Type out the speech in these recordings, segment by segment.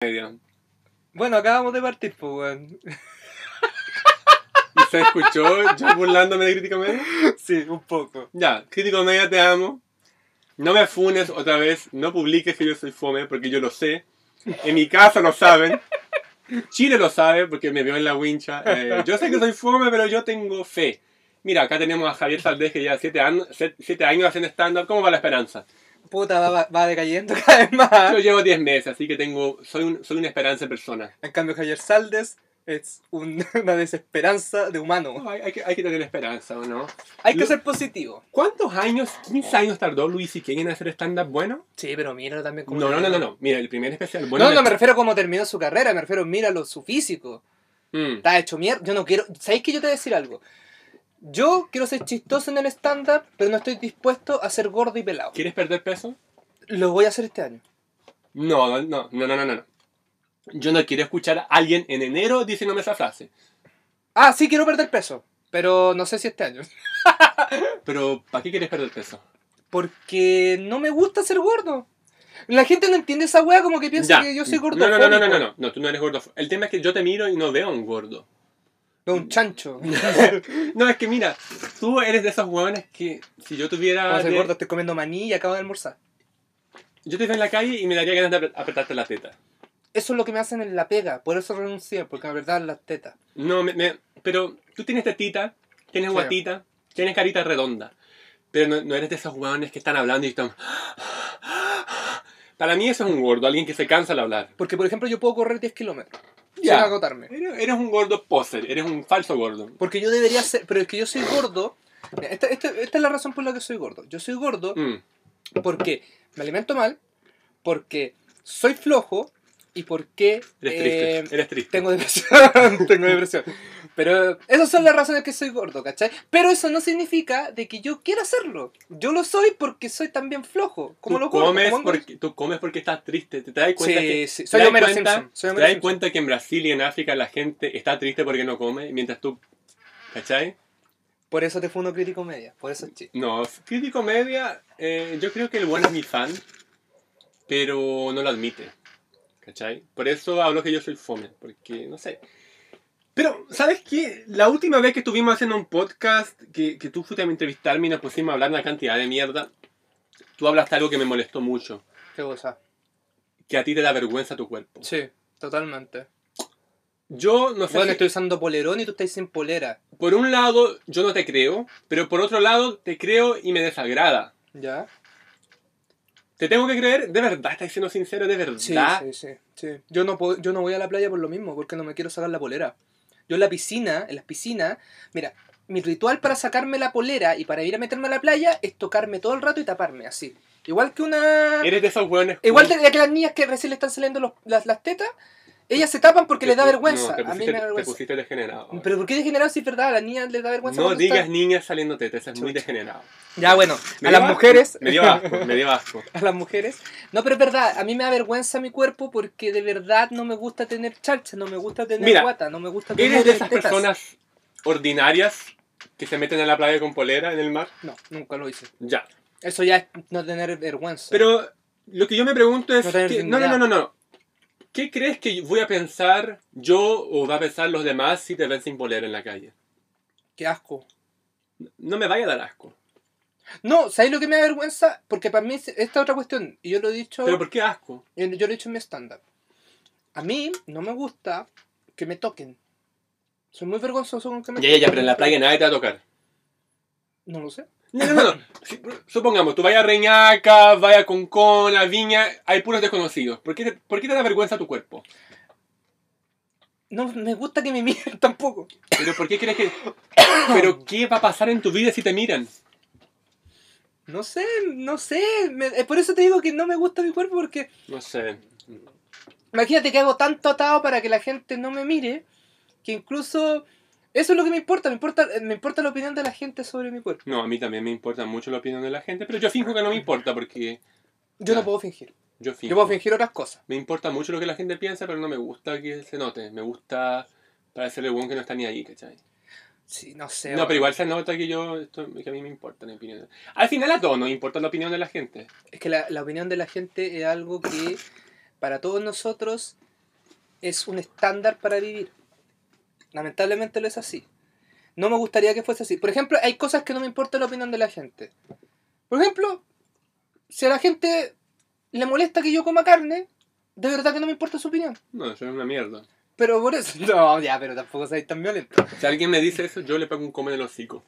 Media. Bueno, acabamos de partir, pues, weón. ¿Y se escuchó yo burlándome de Crítico Media? Sí, un poco. Ya, Crítico Media, te amo. No me funes otra vez, no publiques que yo soy fome, porque yo lo sé. En mi casa lo saben. Chile lo sabe, porque me vio en la wincha. Eh, yo sé que soy fome, pero yo tengo fe. Mira, acá tenemos a Javier Saldés, que ya 7 años, siete años haciendo stand-up. ¿Cómo va la esperanza? Puta, va, va- va decayendo cada vez más. Yo llevo 10 meses, así que tengo, soy, un- soy una esperanza en persona. En cambio, Javier Saldes es un- una desesperanza de humano. No, hay, hay que, hay que tener esperanza, ¿o no? Hay que Lo- ser positivo. ¿Cuántos años, 15 años tardó Luis y en hacer stand-up bueno? Sí, pero míralo también como... No, no, no, no, no. Mira, el primer especial bueno. No, no, de- me refiero a cómo terminó su carrera, me refiero, míralo, su físico. Mm. Está hecho mierda. Yo no quiero... ¿Sabéis que yo te voy a decir algo? Yo quiero ser chistoso en el stand-up, pero no estoy dispuesto a ser gordo y pelado. ¿Quieres perder peso? Lo voy a hacer este año. No, no, no, no, no, no. no. Yo no quiero escuchar a alguien en enero diciéndome esa frase. Ah, sí, quiero perder peso, pero no sé si este año. Pero, ¿para qué quieres perder peso? Porque no me gusta ser gordo. La gente no entiende esa wea como que piensa Ya. que yo soy gordo. No, no, no, no, no, no, no, no, tú no eres gordo. El tema es que yo te miro y no veo a un gordo. un chancho. No, es que mira, tú eres de esos hueones que si yo tuviera. Vamos a ser de- gordo, estoy comiendo maní y acabo de almorzar. Yo te veo en la calle y me daría ganas de apre- apretarte la teta. Eso es lo que me hacen en la pega, por eso renuncié, porque la verdad las tetas. No, me, me- pero tú tienes tetita, tienes Sí. guatita, tienes carita redonda. Pero no, no eres de esos hueones que están hablando y están. Para mí eso es un gordo, alguien que se cansa al hablar. Porque, por ejemplo, yo puedo correr 10 kilómetros sin Ya. agotarme. Eres, eres un gordo poser, eres un falso gordo. Porque yo debería ser, pero es que yo soy gordo. Mira, Esta, esta- esta es la razón por la que soy gordo. Yo soy gordo Mm. porque me alimento mal, porque soy flojo y porque Eres eh, triste, eres triste. Tengo depresión, tengo depresión. Pero esas son las razones que soy gordo, ¿cachai? Pero eso no significa de que yo quiera hacerlo. Yo lo soy porque soy también flojo. Como tú, lo comes porque, tú comes porque estás triste, te das cuenta Sí, que... sí, te soy das Homero cuenta- Simpson, soy ¿Te Homero das Simpson. cuenta que en Brasil y en África la gente está triste porque no come, mientras tú... ¿Cachai? Por eso te fue uno crítico media, por eso es chiste. No, crítico media, eh, yo creo que el bueno es mi fan, pero no lo admite. ¿Cachai? Por eso hablo que yo soy fome, porque no sé. Pero, ¿sabes qué? La última vez que estuvimos haciendo un podcast, que, que tú fuiste a entrevistarme y nos pusimos a hablar una cantidad de mierda, tú hablaste algo que me molestó mucho, Qué cosa. que a ti te da vergüenza tu cuerpo. Sí, totalmente. Yo no sé, Bueno, si- estoy usando polerón y tú estás sin polera. por un lado yo no te creo, pero por otro lado te creo y me desagrada. ¿Ya? Te tengo que creer, de verdad, estás siendo sincero, de verdad. Sí, sí, sí, sí. Yo no, puedo- yo no voy a la playa por lo mismo, porque no me quiero sacar la polera. Yo en la piscina, en las piscinas, mira, mi ritual para sacarme la polera y para ir a meterme a la playa es tocarme todo el rato y taparme, así. Igual que una... Eres de esos hueones. Igual de, de que las niñas que recién le están saliendo los- las, las tetas, ellas se tapan porque les da vergüenza. No, te a mí pusiste, me da te vergüenza. pusiste degenerado. Pero ¿por qué degenerado si es verdad? A las niñas les da vergüenza. no cuando digas están- niñas saliendo tetas, es muy Chucha. degenerado. Ya, bueno, Me a dio las asco, mujeres... Me dio asco, me dio asco. a las mujeres. No, pero es verdad, a mí me avergüenza mi cuerpo porque de verdad no me gusta tener charcha, no me gusta tener Mira, guata, no me gusta tener ¿Eres de esas tetas. personas ordinarias que se meten a la playa con polera en el mar? No, nunca lo hice. Ya. Eso ya es no tener vergüenza. Pero lo que yo me pregunto es. No No, tener que, no, no, dignidad. no, no, no. ¿Qué crees que voy a pensar yo o va a pensar los demás si te ven sin polera en la calle? Qué asco. No me vaya a dar asco. No, ¿sabéis lo que me avergüenza? Porque para mí es- esta otra cuestión, y yo lo he dicho, ¿Pero por qué asco? yo lo he dicho en mi stand-up. A mí no me gusta que me toquen. Soy muy vergonzoso con que me Ya, ya, ya, pero en la playa nadie te va a tocar. No lo sé. No, no, no. no. Si- Supongamos, tú vayas a Reñaca, vayas a Concón, a Viña, hay puros desconocidos. ¿Por qué, te, por qué te da vergüenza tu cuerpo? No me gusta que me miren tampoco. ¿Pero por qué crees que.? ¿Pero qué va a pasar en tu vida si te miran? No sé, no sé. me- eh, por eso te digo que no me gusta mi cuerpo porque No sé. Imagínate que hago tanto atado para que la gente no me mire, que incluso eso es lo que me importa, me importa, me importa la opinión de la gente sobre mi cuerpo. No, a mí también me importa mucho la opinión de la gente, pero yo finjo que no me importa porque. Yo no Ya. puedo fingir. Yo finjo. Yo puedo fingir otras cosas. Me importa mucho lo que la gente piensa, pero no me gusta que se note. Me gusta parecer el buen que no está ni ahí, ¿cachai? Sí, no sé. No, bueno. pero igual se nota que yo. esto- que a mí me importa la opinión. Al final a todos nos importa la opinión de la gente. Es que la, la opinión de la gente es algo que para todos nosotros es un estándar para vivir. Lamentablemente lo es así. No me gustaría que fuese así. Por ejemplo, hay cosas que no me importa la opinión de la gente. Por ejemplo, si a la gente le molesta que yo coma carne, de verdad que no me importa su opinión. No, eso es una mierda. Pero por eso. No, ya, pero tampoco seáis tan violento. Si alguien me dice eso, yo le pago un come en el hocico.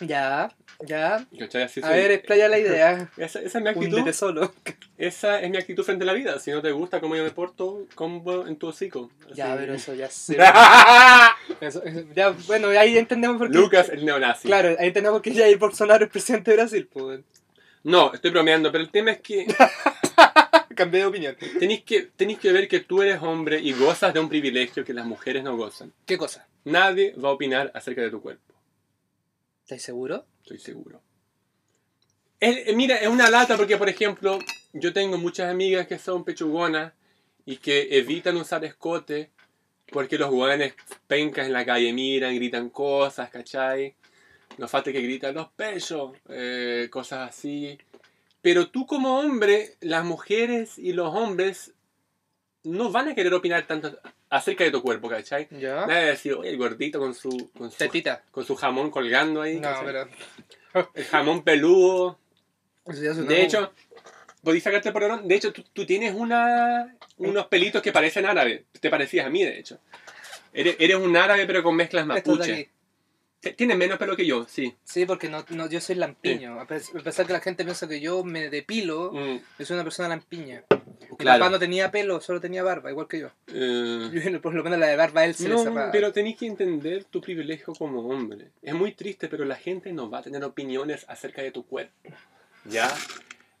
Ya, ya. ¿Cachai? Así A soy. ver, explaya la idea. Esa, esa es mi actitud. Hundete solo. Esa es mi actitud frente a la vida. Si no te gusta cómo yo me porto, combo en tu hocico. Así. Ya, pero eso ya sé. Eso- eso- ya, bueno, ahí entendemos por qué. Lucas, el neonazi. Claro, ahí entendemos por qué Jair Bolsonaro es presidente de Brasil. Pues. No, estoy bromeando, pero el tema es que Cambié de opinión. tenéis que, tenés que ver que tú eres hombre y gozas de un privilegio que las mujeres no gozan. ¿Qué cosa? Nadie va a opinar acerca de tu cuerpo, ¿Estáis seguro? estoy seguro. Es- eh, mira, es una lata porque, por ejemplo, yo tengo muchas amigas que son pechugonas y que evitan usar escote porque los guanes pencas en la calle miran, gritan cosas, ¿cachai? Nos falta que gritan los pechos, eh, cosas así. Pero tú como hombre, las mujeres y los hombres no van a querer opinar tanto acerca de tu cuerpo, ¿cachai? Ya. Nadie va a decir, oye, el gordito con su, con su, Tetita. con su jamón colgando ahí. No, ¿cachai? pero. El jamón peludo. eso ya suena De como- hecho, podéis sacarte el polerón. De hecho, tú, tú tienes una, unos pelitos que parecen árabes. Te parecías a mí, de hecho. Eres, eres un árabe, pero con mezclas Estos de mapuche. aquí. T- Tienes menos pelo que yo, sí. Sí, porque no, no, yo soy lampiño. A pes- a pesar que la gente piensa que yo me depilo, Mm, yo soy una persona lampiña. Mi papá claro. no tenía pelo, solo tenía barba, igual que yo. Eh, Yo, por lo menos la de barba él se le no, cerraba. pero tenéis que entender tu privilegio como hombre. Es muy triste, pero la gente no va a tener opiniones acerca de tu cuerpo. ¿Ya?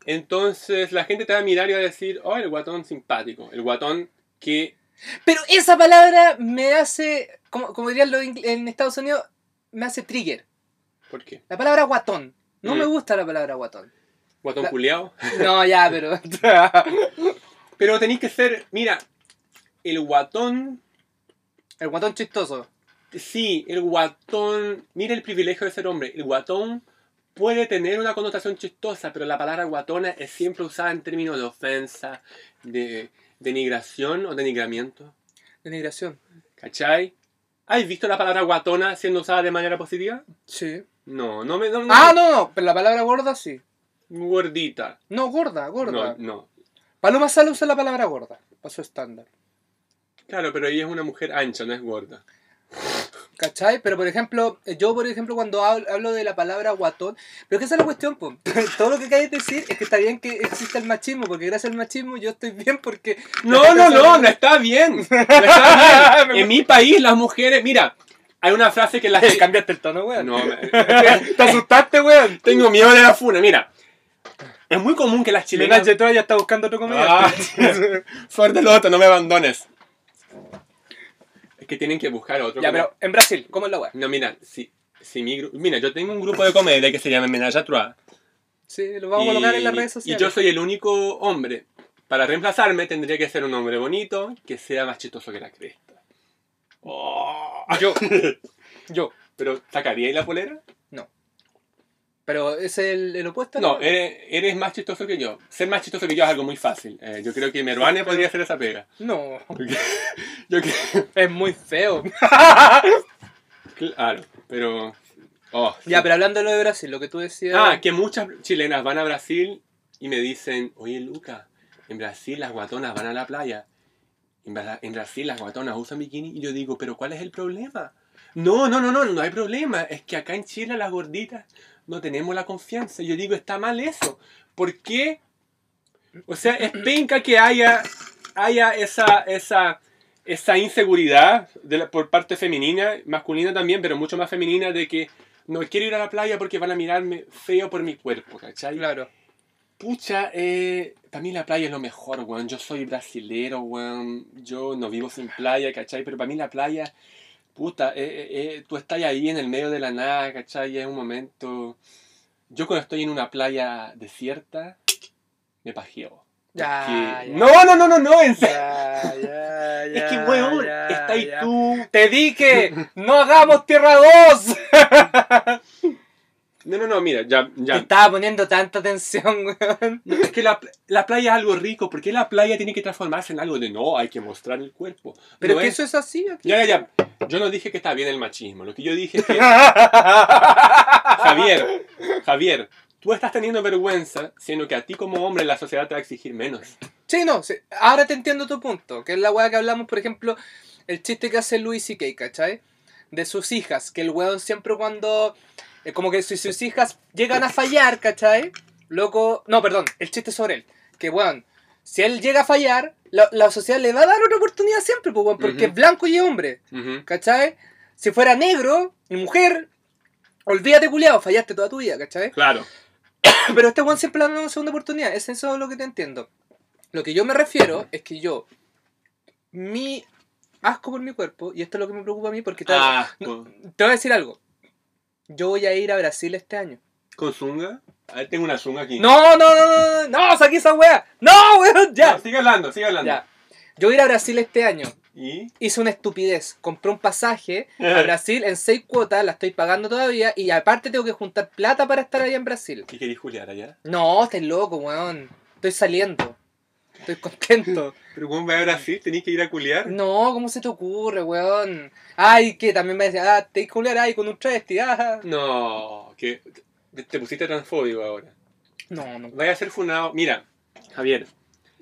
Entonces, la gente te va a mirar y va a decir, oh, el guatón simpático. El guatón que Pero esa palabra me hace, como, como dirían los ingl- en Estados Unidos, me hace trigger. ¿Por qué? La palabra guatón. No Mm. me gusta la palabra guatón. Guatón La- culiao. No, ya, pero... Pero tenéis que ser, mira, el guatón, El guatón chistoso. sí, el guatón, mira el privilegio de ser hombre. El guatón puede tener una connotación chistosa, pero la palabra guatona es siempre usada en términos de ofensa, de denigración o denigramiento. Denigración. ¿Cachai? ¿Has visto la palabra guatona siendo usada de manera positiva? Sí. No, no me... No, no. Ah, no, no, pero la palabra gorda sí. Gordita. No, gorda, gorda. No, no. Paloma Sala usa la palabra gorda, para su estándar. Claro, pero ella es una mujer ancha, no es gorda. ¿Cachai? Pero por ejemplo, eh, yo por ejemplo cuando hablo, hablo de la palabra guatón, pero es que esa es la cuestión, po. todo lo que queréis decir es que está bien que exista el machismo, porque gracias al machismo yo estoy bien porque... No, no, no, no está bien. No está bien. En mi país las mujeres, mira, hay una frase que las... Cambiaste el tono, weón. No, me- Te asustaste, weón. tengo miedo de la funa, mira. Es muy común que las Chilena chilenas... Chetoa ya está buscando otro Ah, comediante. fuerte loto, no me abandones. Es que tienen que buscar otro. ya, como- pero en Brasil, ¿cómo es la weá? No, mira, si, si mi gru- Mira, yo tengo un grupo de comedia que se llama Menage à Trois. Sí, lo vamos a colocar en las redes sociales. Y yo soy el único hombre. Para reemplazarme tendría que ser un hombre bonito que sea más chistoso que la cresta. Oh. Yo. Yo. ¿Pero sacaría ahí la polera? Pero es el, el opuesto. No, eres, eres más chistoso que yo. Ser más chistoso que yo es algo muy fácil. Eh, yo creo que Meruane podría hacer esa pega. No, Yo creo... es muy feo. Claro, pero... oh, sí. ya, pero hablando de lo de Brasil, lo que tú decías... Ah, que muchas chilenas van a Brasil y me dicen, oye Luca, en Brasil las guatonas van a la playa. En, Bra- en Brasil las guatonas usan bikini. Y yo digo, pero ¿cuál es el problema? No, no, no, no, no hay problema. Es que acá en Chile las gorditas no tenemos la confianza. Yo digo, está mal eso. ¿Por qué? O sea, es penca que haya, haya esa, esa, esa inseguridad de la- por parte femenina, masculina también, pero mucho más femenina, de que no quiero ir a la playa porque van a mirarme feo por mi cuerpo, ¿cachai? Claro. Pucha, eh, para mí la playa es lo mejor, weón. Yo soy brasilero, weón. Yo no vivo sin playa, ¿cachai? Pero para mí la playa, puta, eh, eh, eh, tú estás ahí en el medio de la nada, ¿cachai? Es un momento... Yo cuando estoy en una playa desierta, me pajeo. Ya, Que- ya. No, no, no, no, no, en serio. Ya, ya, ya, Es que, weón, ya, está ahí ya. tú. Te dije, no hagamos Tierra 2. No, no, no, mira, ya, Te ya. estaba poniendo tanta atención, weón. No, es que la, la playa es algo rico. ¿Por qué la playa tiene que transformarse en algo de no? Hay que mostrar el cuerpo. Pero No que es- eso es así. aquí. Ya, ya, ya. Yo no dije que está bien el machismo. Lo que yo dije es que. Javier, Javier, tú estás teniendo vergüenza, siendo que a ti como hombre la sociedad te va a exigir menos. Sí, no, sí. ahora te entiendo tu punto, que es la weá que hablamos, por ejemplo, el chiste que hace Luis y ¿cachai? De sus hijas, que el weón siempre cuando, eh, como que si sus hijas llegan a fallar, ¿cachai? Loco, no, perdón, el chiste sobre él, que weón, si él llega a fallar, la, la sociedad le va a dar otra oportunidad siempre, pues, weón, porque Ujú. es blanco y es hombre, Ujú. ¿cachai? Si fuera negro y mujer, olvídate culiado, fallaste toda tu vida, ¿cachai? Claro. Pero este one siempre le dan una segunda oportunidad. Es eso lo que te entiendo. Lo que yo me refiero es que yo. Mi asco por mi cuerpo, y esto es lo que me preocupa a mí, porque te, Ah, no, con, te voy a decir algo. Yo voy a ir a Brasil este año. ¿con zunga. A ver, tengo una zunga aquí. No, no, no, no, no, no, saqué esa wea. No, weón, ya. ya. Sigue hablando, sigue hablando. Ya. Yo voy a ir a Brasil este año. Y. Hice una estupidez. Compré un pasaje a Brasil en seis cuotas, la estoy pagando todavía, y aparte tengo que juntar plata para estar allá en Brasil. ¿Y querés juliar allá? No, estás loco, weón. Estoy saliendo. Estoy contento. Pero ¿cómo va a Brasil? ¿Tenés que ir a culiar? No, ¿cómo se te ocurre, weón? Ay, que también me decía, ah, te culiar ahí con un travesti, ah. No, que te- te pusiste transfóbico ahora. No, no. Vaya a ser funado. Mira, Javier,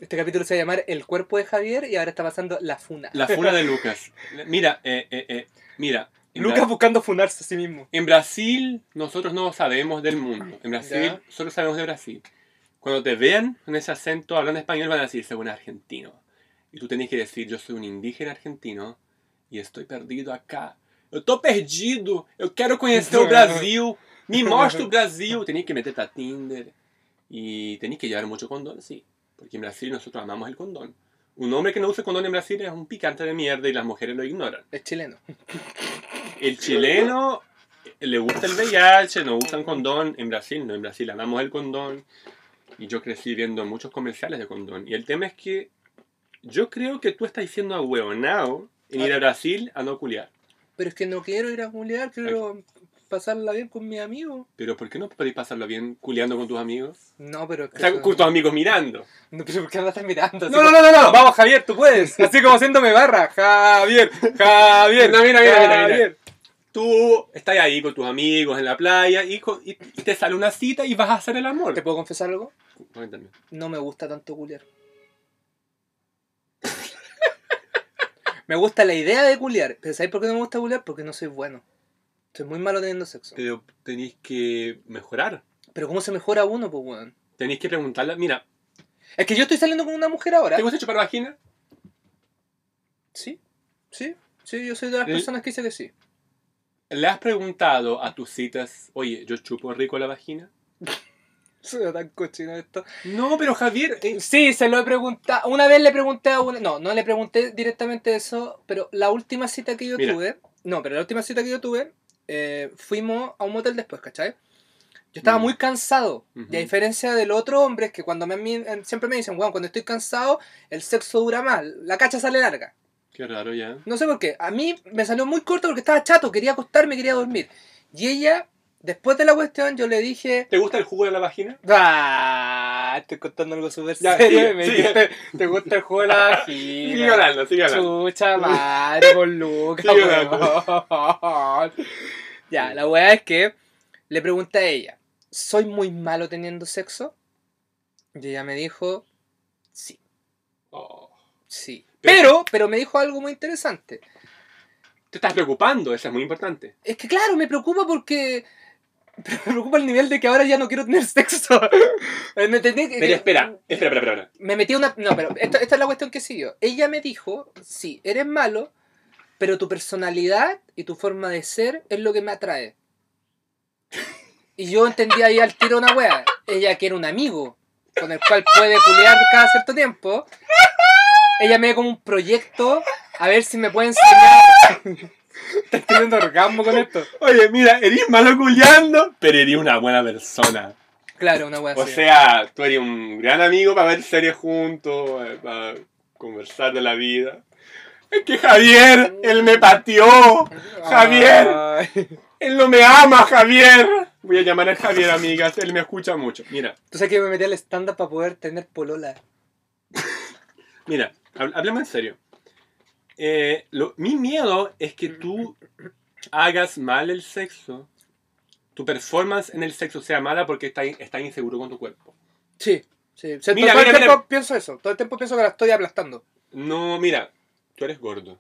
Este capítulo se va a llamar El cuerpo de Javier y ahora está pasando la funa. la funa de Lucas. Mira, eh, eh, eh, mira. en Lucas Bra- buscando funarse a sí mismo. en Brasil nosotros no sabemos del mundo. En Brasil Ya. solo sabemos de Brasil. Cuando te vean con ese acento hablando español van a decir, soy un argentino. Y tú tenés que decir, yo soy un indígena argentino y estoy perdido acá. Eu estou perdido, eu quero conhecer o Brasil, me mostra o Brasil. Tenés que meterte a Tinder y tenés que llevar mucho condón, sí. Porque en Brasil nosotros amamos el condón. Un hombre que no usa condón en Brasil es un picante de mierda y las mujeres lo ignoran. Es chileno. El chileno le gusta el VIH, no usan condón. En Brasil no, en Brasil amamos el condón. Y yo crecí viendo muchos comerciales de condón. Y el tema es que yo creo que tú estás diciendo a huevonao en ir a Brasil a no culiar. Pero es que no quiero ir a culiar, quiero pasarla bien con mis amigos. Pero ¿por qué no podéis pasarlo bien culiando con tus amigos? No, pero es O que. sea, eso- con tus amigos mirando. No, pero ¿por qué andas mirando? Así No, no, como- no, no, no. Vamos, Javier, tú puedes. Así como haciéndome barra. Javier, Javier. No, mira, mira, mira, mira. Javier. Tú estás ahí con tus amigos en la playa y, co- y- y te sale una cita y vas a hacer el ¿Te amor. puedo confesar algo? Cuéntame. No me gusta tanto culiar. me gusta la idea de culiar. Pero ¿sabéis por qué no me gusta culiar? Porque no soy bueno. Soy muy malo teniendo sexo. Pero tenéis que mejorar. Pero ¿cómo se mejora uno, pues, weón? Tenéis que preguntarle. Mira, Es que yo estoy saliendo con una mujer ahora. ¿te gusta chupar vagina? Sí, sí, sí, yo soy de las ¿Eh? personas que dice que sí. ¿Le has preguntado a tus citas, oye, yo chupo rico la vagina? Suena tan cochino esto. No, pero Javier, eh, Sí, se lo he preguntado. Una vez le pregunté a una. No, no le pregunté directamente eso, pero la última cita que yo Mira. tuve. No, pero la última cita que yo tuve, eh, fuimos a un motel después, ¿cachai? Yo estaba Mm. muy cansado. Y Ujú. a diferencia del otro hombre, es que cuando me, mi- siempre me dicen, weón, cuando estoy cansado, el sexo dura más, la cacha sale larga. qué raro ya. No sé por qué. A mí me salió muy corto porque estaba chato, quería acostarme, quería dormir. Y ella, después de la cuestión, yo le dije, ¿Te gusta el jugo de la vagina? Ah, estoy contando algo súper Ya, serio. sigue, y me sigue. dijiste, ¿te gusta el juego de la Sigue vagina? hablando, sigue hablando. Chucha madre, por Lucas, Sigue hablando. weón. Ya, la weá es que le pregunté a ella, ¿soy muy malo teniendo sexo? Y ella me dijo, sí, Oh. sí. Pero- Pero, pero me dijo algo muy interesante. Te estás preocupando, eso es muy importante. Es que claro, me preocupa porque... pero me preocupa el nivel de que ahora ya no quiero tener sexo. me entendí que- Pero espera, espera, espera, espera. Me metí una. No, pero esto- esta es la cuestión que siguió. Ella me dijo: Sí, eres malo, pero tu personalidad y tu forma de ser es lo que me atrae. Y yo entendí ahí al tiro una wea. Ella quiere un amigo con el cual puede culear cada cierto tiempo. Ella me ve como un proyecto a ver si me puede enseñar. Estás teniendo orgasmo con esto. Oye, mira, eres malo culiando, pero eres una buena persona. Claro, una wea O así. sea, tú eres un gran amigo para ver series juntos, eh, para conversar de la vida. Es que Javier, él me pateó. Javier. Ay. Él no me ama, Javier. Voy a llamar a Javier, amigas. Él me escucha mucho. Mira, Entonces hay que meter el estándar para poder tener polola. mira, hab- hablemos en serio. Eh, lo- mi miedo es que tú hagas mal el sexo, tu performance en el sexo sea mala porque estás está inseguro con tu cuerpo. Sí, sí. O sea, Mira, todo mira, el tiempo mira. pienso eso. Todo el tiempo pienso que la estoy aplastando. No, mira, tú eres gordo.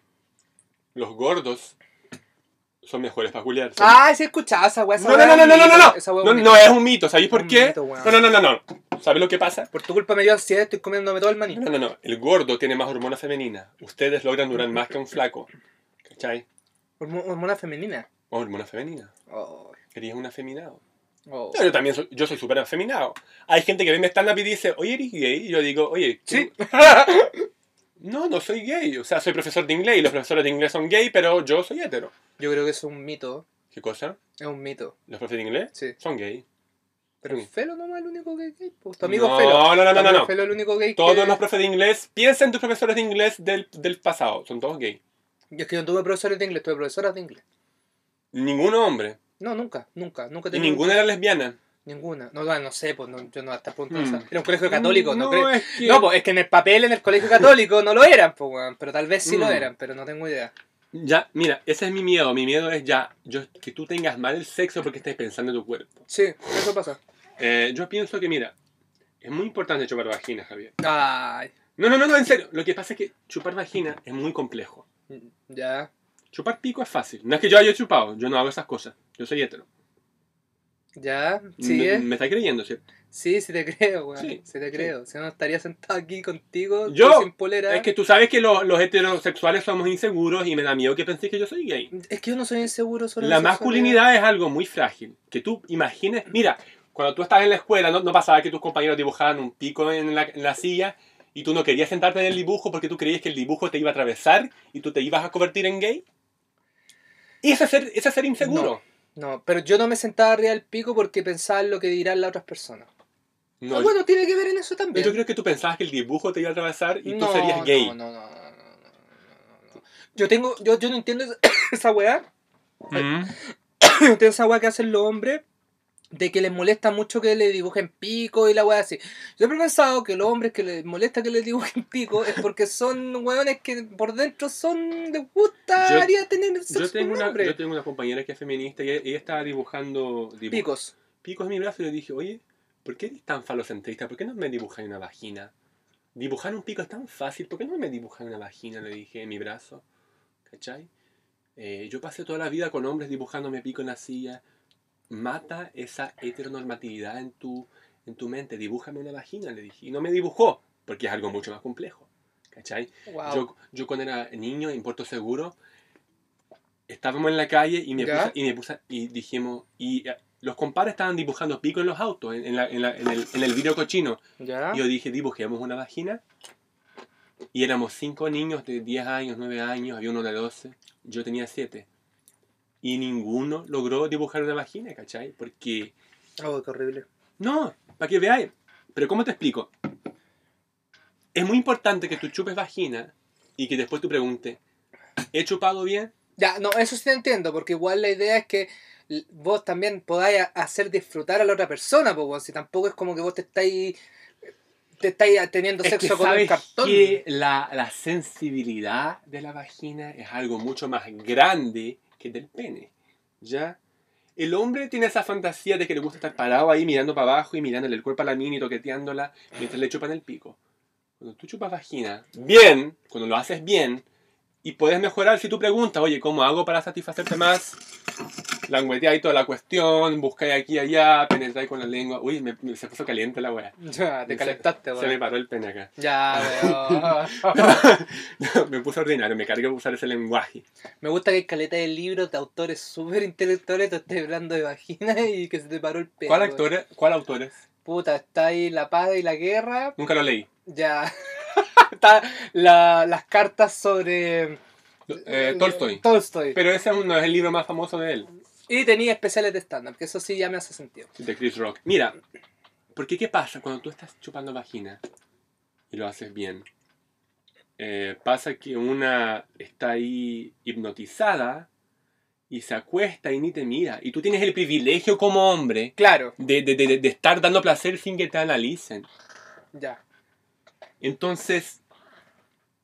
Los gordos son mejores para culiar. son- Ah, sí, escuchaba esa weá. esa No, no, weá no, no, es no, un no, no, mito, no. esa weá es No, un no mito. es un mito, ¿sabéis por Un qué? mito, weón. No, no, no, no, no. ¿Sabes lo que pasa? Por tu culpa me dio ansiedad, estoy comiéndome todo el maní. No, no, no. El gordo tiene más hormona femenina. Ustedes logran durar más que un flaco. ¿Cachai? Hormo- Hormona femenina. O hormona femenina. Oh, Eres un afeminado. oh. No, yo también soy, yo soy súper afeminado. Hay gente que viene stand-up y dice, oye, ¿eres gay? Y yo digo, oye, ¿tú- Sí. No, no soy gay. O sea, soy profesor de inglés y los profesores de inglés son gay, pero yo soy hetero. Yo creo que eso es un mito. ¿Qué cosa? Es un mito. ¿Los profesores de inglés? Sí. Son gay. Pero Sí. Felo nomás es el único gay gay. pues. tu amigo No, Felo. no, no, no, Tu amigo no, no. Felo es el único gay que... Todos los profesores de inglés, piensa en tus profesores de inglés del, del pasado. Son todos gay. Yo es que yo no tuve profesores de inglés, tuve profesoras de inglés. Ninguno hombre. No, nunca, nunca, nunca Y tenía ninguna era lesbiana. Ninguna. No, no, no sé, pues no, yo no hasta preguntando. Mm. esa- Era un colegio católico, no, creo. es que- No, pues es que en el papel en el colegio católico no lo eran, pues, weón. Pero tal vez sí lo Mm. eran, pero no tengo idea. Ya, mira, ese es mi miedo. Mi miedo es ya yo, que tú tengas mal el sexo porque estás pensando en tu cuerpo. Sí, eso pasa. Eh, yo pienso que, mira, es muy importante chupar vagina, Javier. Ay, No, no, no, no, en serio. Lo que pasa es que chupar vagina es muy complejo. ya. Chupar pico es fácil. No es que yo haya chupado, yo no hago esas cosas. Yo soy hetero. Ya, sí, Me, eh. me estáis creyendo, ¿cierto? Sí, sí te creo, weón. Sí, Mm. Sí, te sí. creo. Si no, no estaría sentado aquí contigo, tú Yo- sin polera. Es que tú sabes que lo- los heterosexuales somos inseguros y me da miedo que penséis que yo soy gay. Es que yo no soy inseguro sobre La sexualidad. masculinidad es algo muy frágil. Que tú imagines, mira, cuando tú estabas en la escuela, ¿no, no pasaba que tus compañeros dibujaban un pico en la, en la silla y tú no querías sentarte en el dibujo porque tú creías que el dibujo te iba a atravesar y tú te ibas a convertir en gay? Y eso es ser, eso es ser inseguro. No, pero yo no me sentaba arriba del pico porque pensaba en lo que dirán las otras personas. No, Ah, yo- bueno, tiene que ver en eso yo, también. creo que tú pensabas que el dibujo te iba a atravesar y tú no, serías gay. No, no, no, no, no, no, no, no. Yo tengo, yo, yo no entiendo esa- esa weá. Mm. Yo no entiendo esa weá que hacen los hombres de que les molesta mucho que le dibujen pico y la weá así. Yo siempre he pensado que los hombres que les molesta que les dibujen pico es porque son weones que por dentro son, les gustaría tener sexo Yo, tengo con una, hombres. yo tengo una compañera que es feminista y ella estaba dibujando dibu- Picos. picos en mi brazo y le dije, oye, ¿por qué eres tan falocentrista? ¿Por qué no me dibujan una vagina? Dibujar un pico es tan fácil, ¿por qué no me dibujan una vagina? Le dije en mi brazo, ¿cachai? Eh, yo pasé toda la vida con hombres dibujándome pico en la silla. Mata esa heteronormatividad en tu, en tu mente, dibújame una vagina, le dije. Y no me dibujó, porque es algo mucho más complejo, ¿cachai? Wow. Yo, yo cuando era niño en Puerto Seguro, estábamos en la calle y me, ¿Ya? puse, y, me puse- y dijimos, y eh, los compadres estaban dibujando pico en los autos, en, en la- en la- en el, en el vidrio cochino. ¿Ya? Y yo dije, dibujemos una vagina. Y éramos cinco niños de 10 años, 9 años, había uno de 12, yo tenía 7. Y ninguno logró dibujar una vagina, ¿cachai? Porque, Oh, qué horrible. no, para que veáis. Pero ¿cómo te explico? Es muy importante que tú chupes vagina y que después tú preguntes, ¿he chupado bien? Ya, no, eso sí te entiendo, porque igual la idea es que l- vos también podáis a- hacer disfrutar a la otra persona, pues, si tampoco es como que vos te estáis te estáis teniendo Es que sexo con un sabes cartón. que la, la sensibilidad de la vagina es algo mucho más grande que del pene, ¿ya? El hombre tiene esa fantasía de que le gusta estar parado ahí mirando para abajo y mirándole el cuerpo a la mina y toqueteándola mientras le chupan el pico. Cuando tú chupas vagina, bien, cuando lo haces bien, y puedes mejorar si tú preguntas, oye, ¿cómo hago para satisfacerte más? Langueteáis toda la cuestión, buscáis aquí y allá, penetráis con la lengua. Uy, me, me- se puso caliente la weá. Ya, te calentaste, Se me weón. paró el pene acá. Ya, weón. me puse ordinario, me cargué de usar ese lenguaje. Me gusta que hay caleta de libros de autores súper intelectuales, te estés hablando de vagina y que se te paró el pelo. ¿Cuál weón. actor, cuál autores? Puta, está ahí La Paz y la Guerra, Nunca lo leí. ya. está la- las cartas sobre... Eh, Tolstoy. Tolstoy. Pero ese aún no es el libro más famoso de él, Y tenía especiales de stand-up, que eso sí ya me hace sentido. de Chris Rock. Mira, porque qué pasa cuando tú estás chupando vagina y lo haces bien? Eh, pasa que una está ahí hipnotizada y se acuesta y ni te mira. Y tú tienes el privilegio como hombre Claro, de, de- de- de estar dando placer sin que te analicen. ya. Entonces,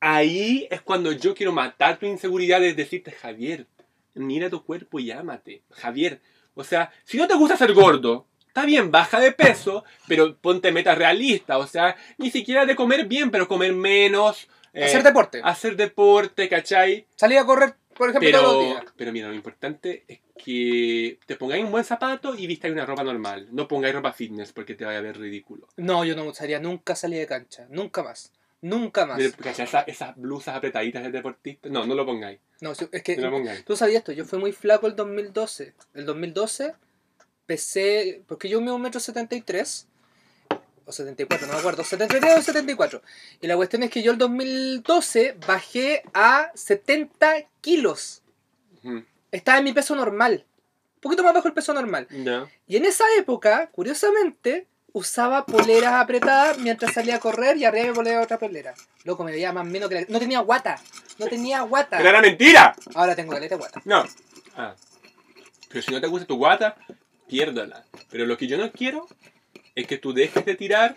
ahí es cuando yo quiero matar tu inseguridad de decirte, Javier, mira tu cuerpo y ámate. Javier, o sea, si no te gusta ser gordo, está bien, baja de peso, pero ponte metas realistas. O sea, ni siquiera de comer bien, pero comer menos. eh, Hacer deporte. hacer deporte, ¿cachai? Salir a correr, por ejemplo, todos los Pero, días. pero mira, lo importante es que te pongáis un buen zapato y vistáis una ropa normal. No pongáis ropa fitness porque te vaya a ver ridículo. No, yo no me gustaría nunca salir de cancha. Nunca más. Nunca más. Mira, cacha, esa- esas blusas apretaditas de deportista. No, no lo pongáis. No, si- es que No lo pongáis. Tú sabías esto, yo fui muy flaco el 2012. El 2012 pesé, porque yo mido un metro 73 o 74, no me acuerdo, 73 o 74. Y la cuestión es que yo el 2012 bajé a 70 kilos. Ujú. Estaba en mi peso normal. Un poquito más bajo el peso normal. No. Y en esa época, curiosamente, usaba poleras apretadas mientras salía a correr y arriba me ponía otra polera. Loco, me veía más menos que la... No tenía guata. No tenía guata. ¡Pero era mentira! Ahora tengo caleta de guata. No. Ah. Pero si no te gusta tu guata, piérdala. Pero lo que yo no quiero es que tú dejes de tirar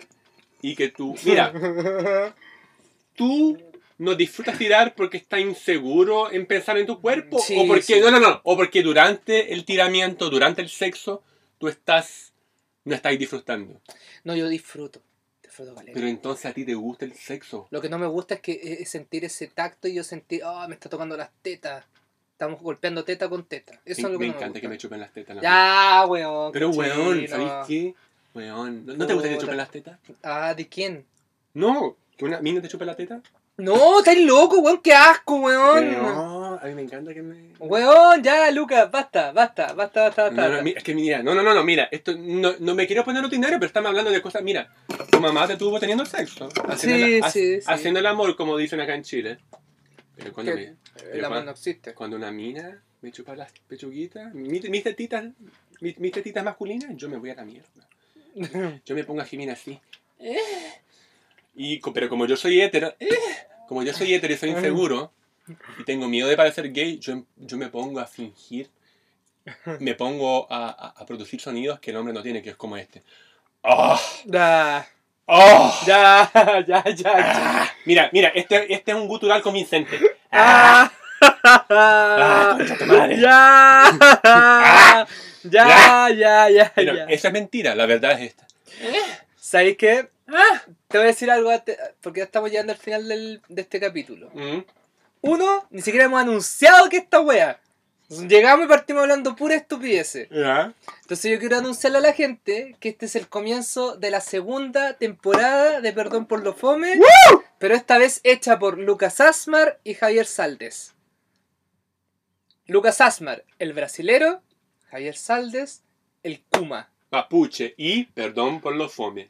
y que tú. Mira, tú no disfrutas tirar porque estás inseguro en pensar en tu cuerpo. Sí, o porque. sí. No, no, no. O porque durante el tiramiento, durante el sexo, tú estás. No estáis disfrutando. No, yo disfruto. Disfruto caleta. Pero entonces a ti te gusta el sexo. Lo que no me gusta es que eh, sentir ese tacto y yo sentir, ah, me está tocando las tetas. Estamos golpeando teta con teta. Eso me, es lo que me no encanta me que me gusta. chupen las tetas. la Ya, weón. Pero cochino. weón, ¿sabéis qué? Weón, ¿no, no te gusta que te chupen las tetas? Ah, ¿de quién? No, ¿que una mina te chupe la teta? No, estáis loco, weón, qué asco, weón. No, a mí me encanta que me... Weón, ya, Lucas, basta, basta, basta, basta, basta. No, no, basta. mi- es que mira, no, no, no, no, mira, esto no, no me quiero poner rutinario, pero estamos hablando de cosas, mira, tu mamá te tuvo teniendo sexo, haciendo, Sí, el- ha- sí, sí. haciendo el amor, como dicen acá en Chile. Pero cuando, Que- me- El pero amor no cuando, existe. cuando una mina me chupa las pechuguitas, mis, mis tetitas, mis, mis tetitas masculinas, yo me voy a la mierda. yo me pongo a gemir así. Y, co- pero como yo soy hétero, como yo soy hétero y soy inseguro, y tengo miedo de parecer gay, yo, yo me pongo a fingir, me pongo a, a- a producir sonidos que el hombre no tiene, que es como este. ¡Ah! Ya, ¡Ah! ya, ya, ya. ya. Mira, mira, este, este es un gutural convincente. Ah. ¡Ah! ¡Concha tu madre! Ya, ya, ya, ya, Pero ya. esa es mentira, la verdad es esta. ¿Sabéis qué? Ah. Te voy a decir algo antes- porque ya estamos llegando al final del- de este capítulo. Mm. Uno, ni siquiera hemos anunciado que esta wea. Llegamos y partimos hablando pura estupidez. Ya. Entonces yo quiero anunciarle a la gente que este es el comienzo de la segunda temporada de Perdón por lo Fome, pero esta vez hecha por Lucas Asmar y Javier Saldes. Lucas Asmar, el brasilero, Javier Saldes, el Kuma. Mapuche y, perdón por los fome.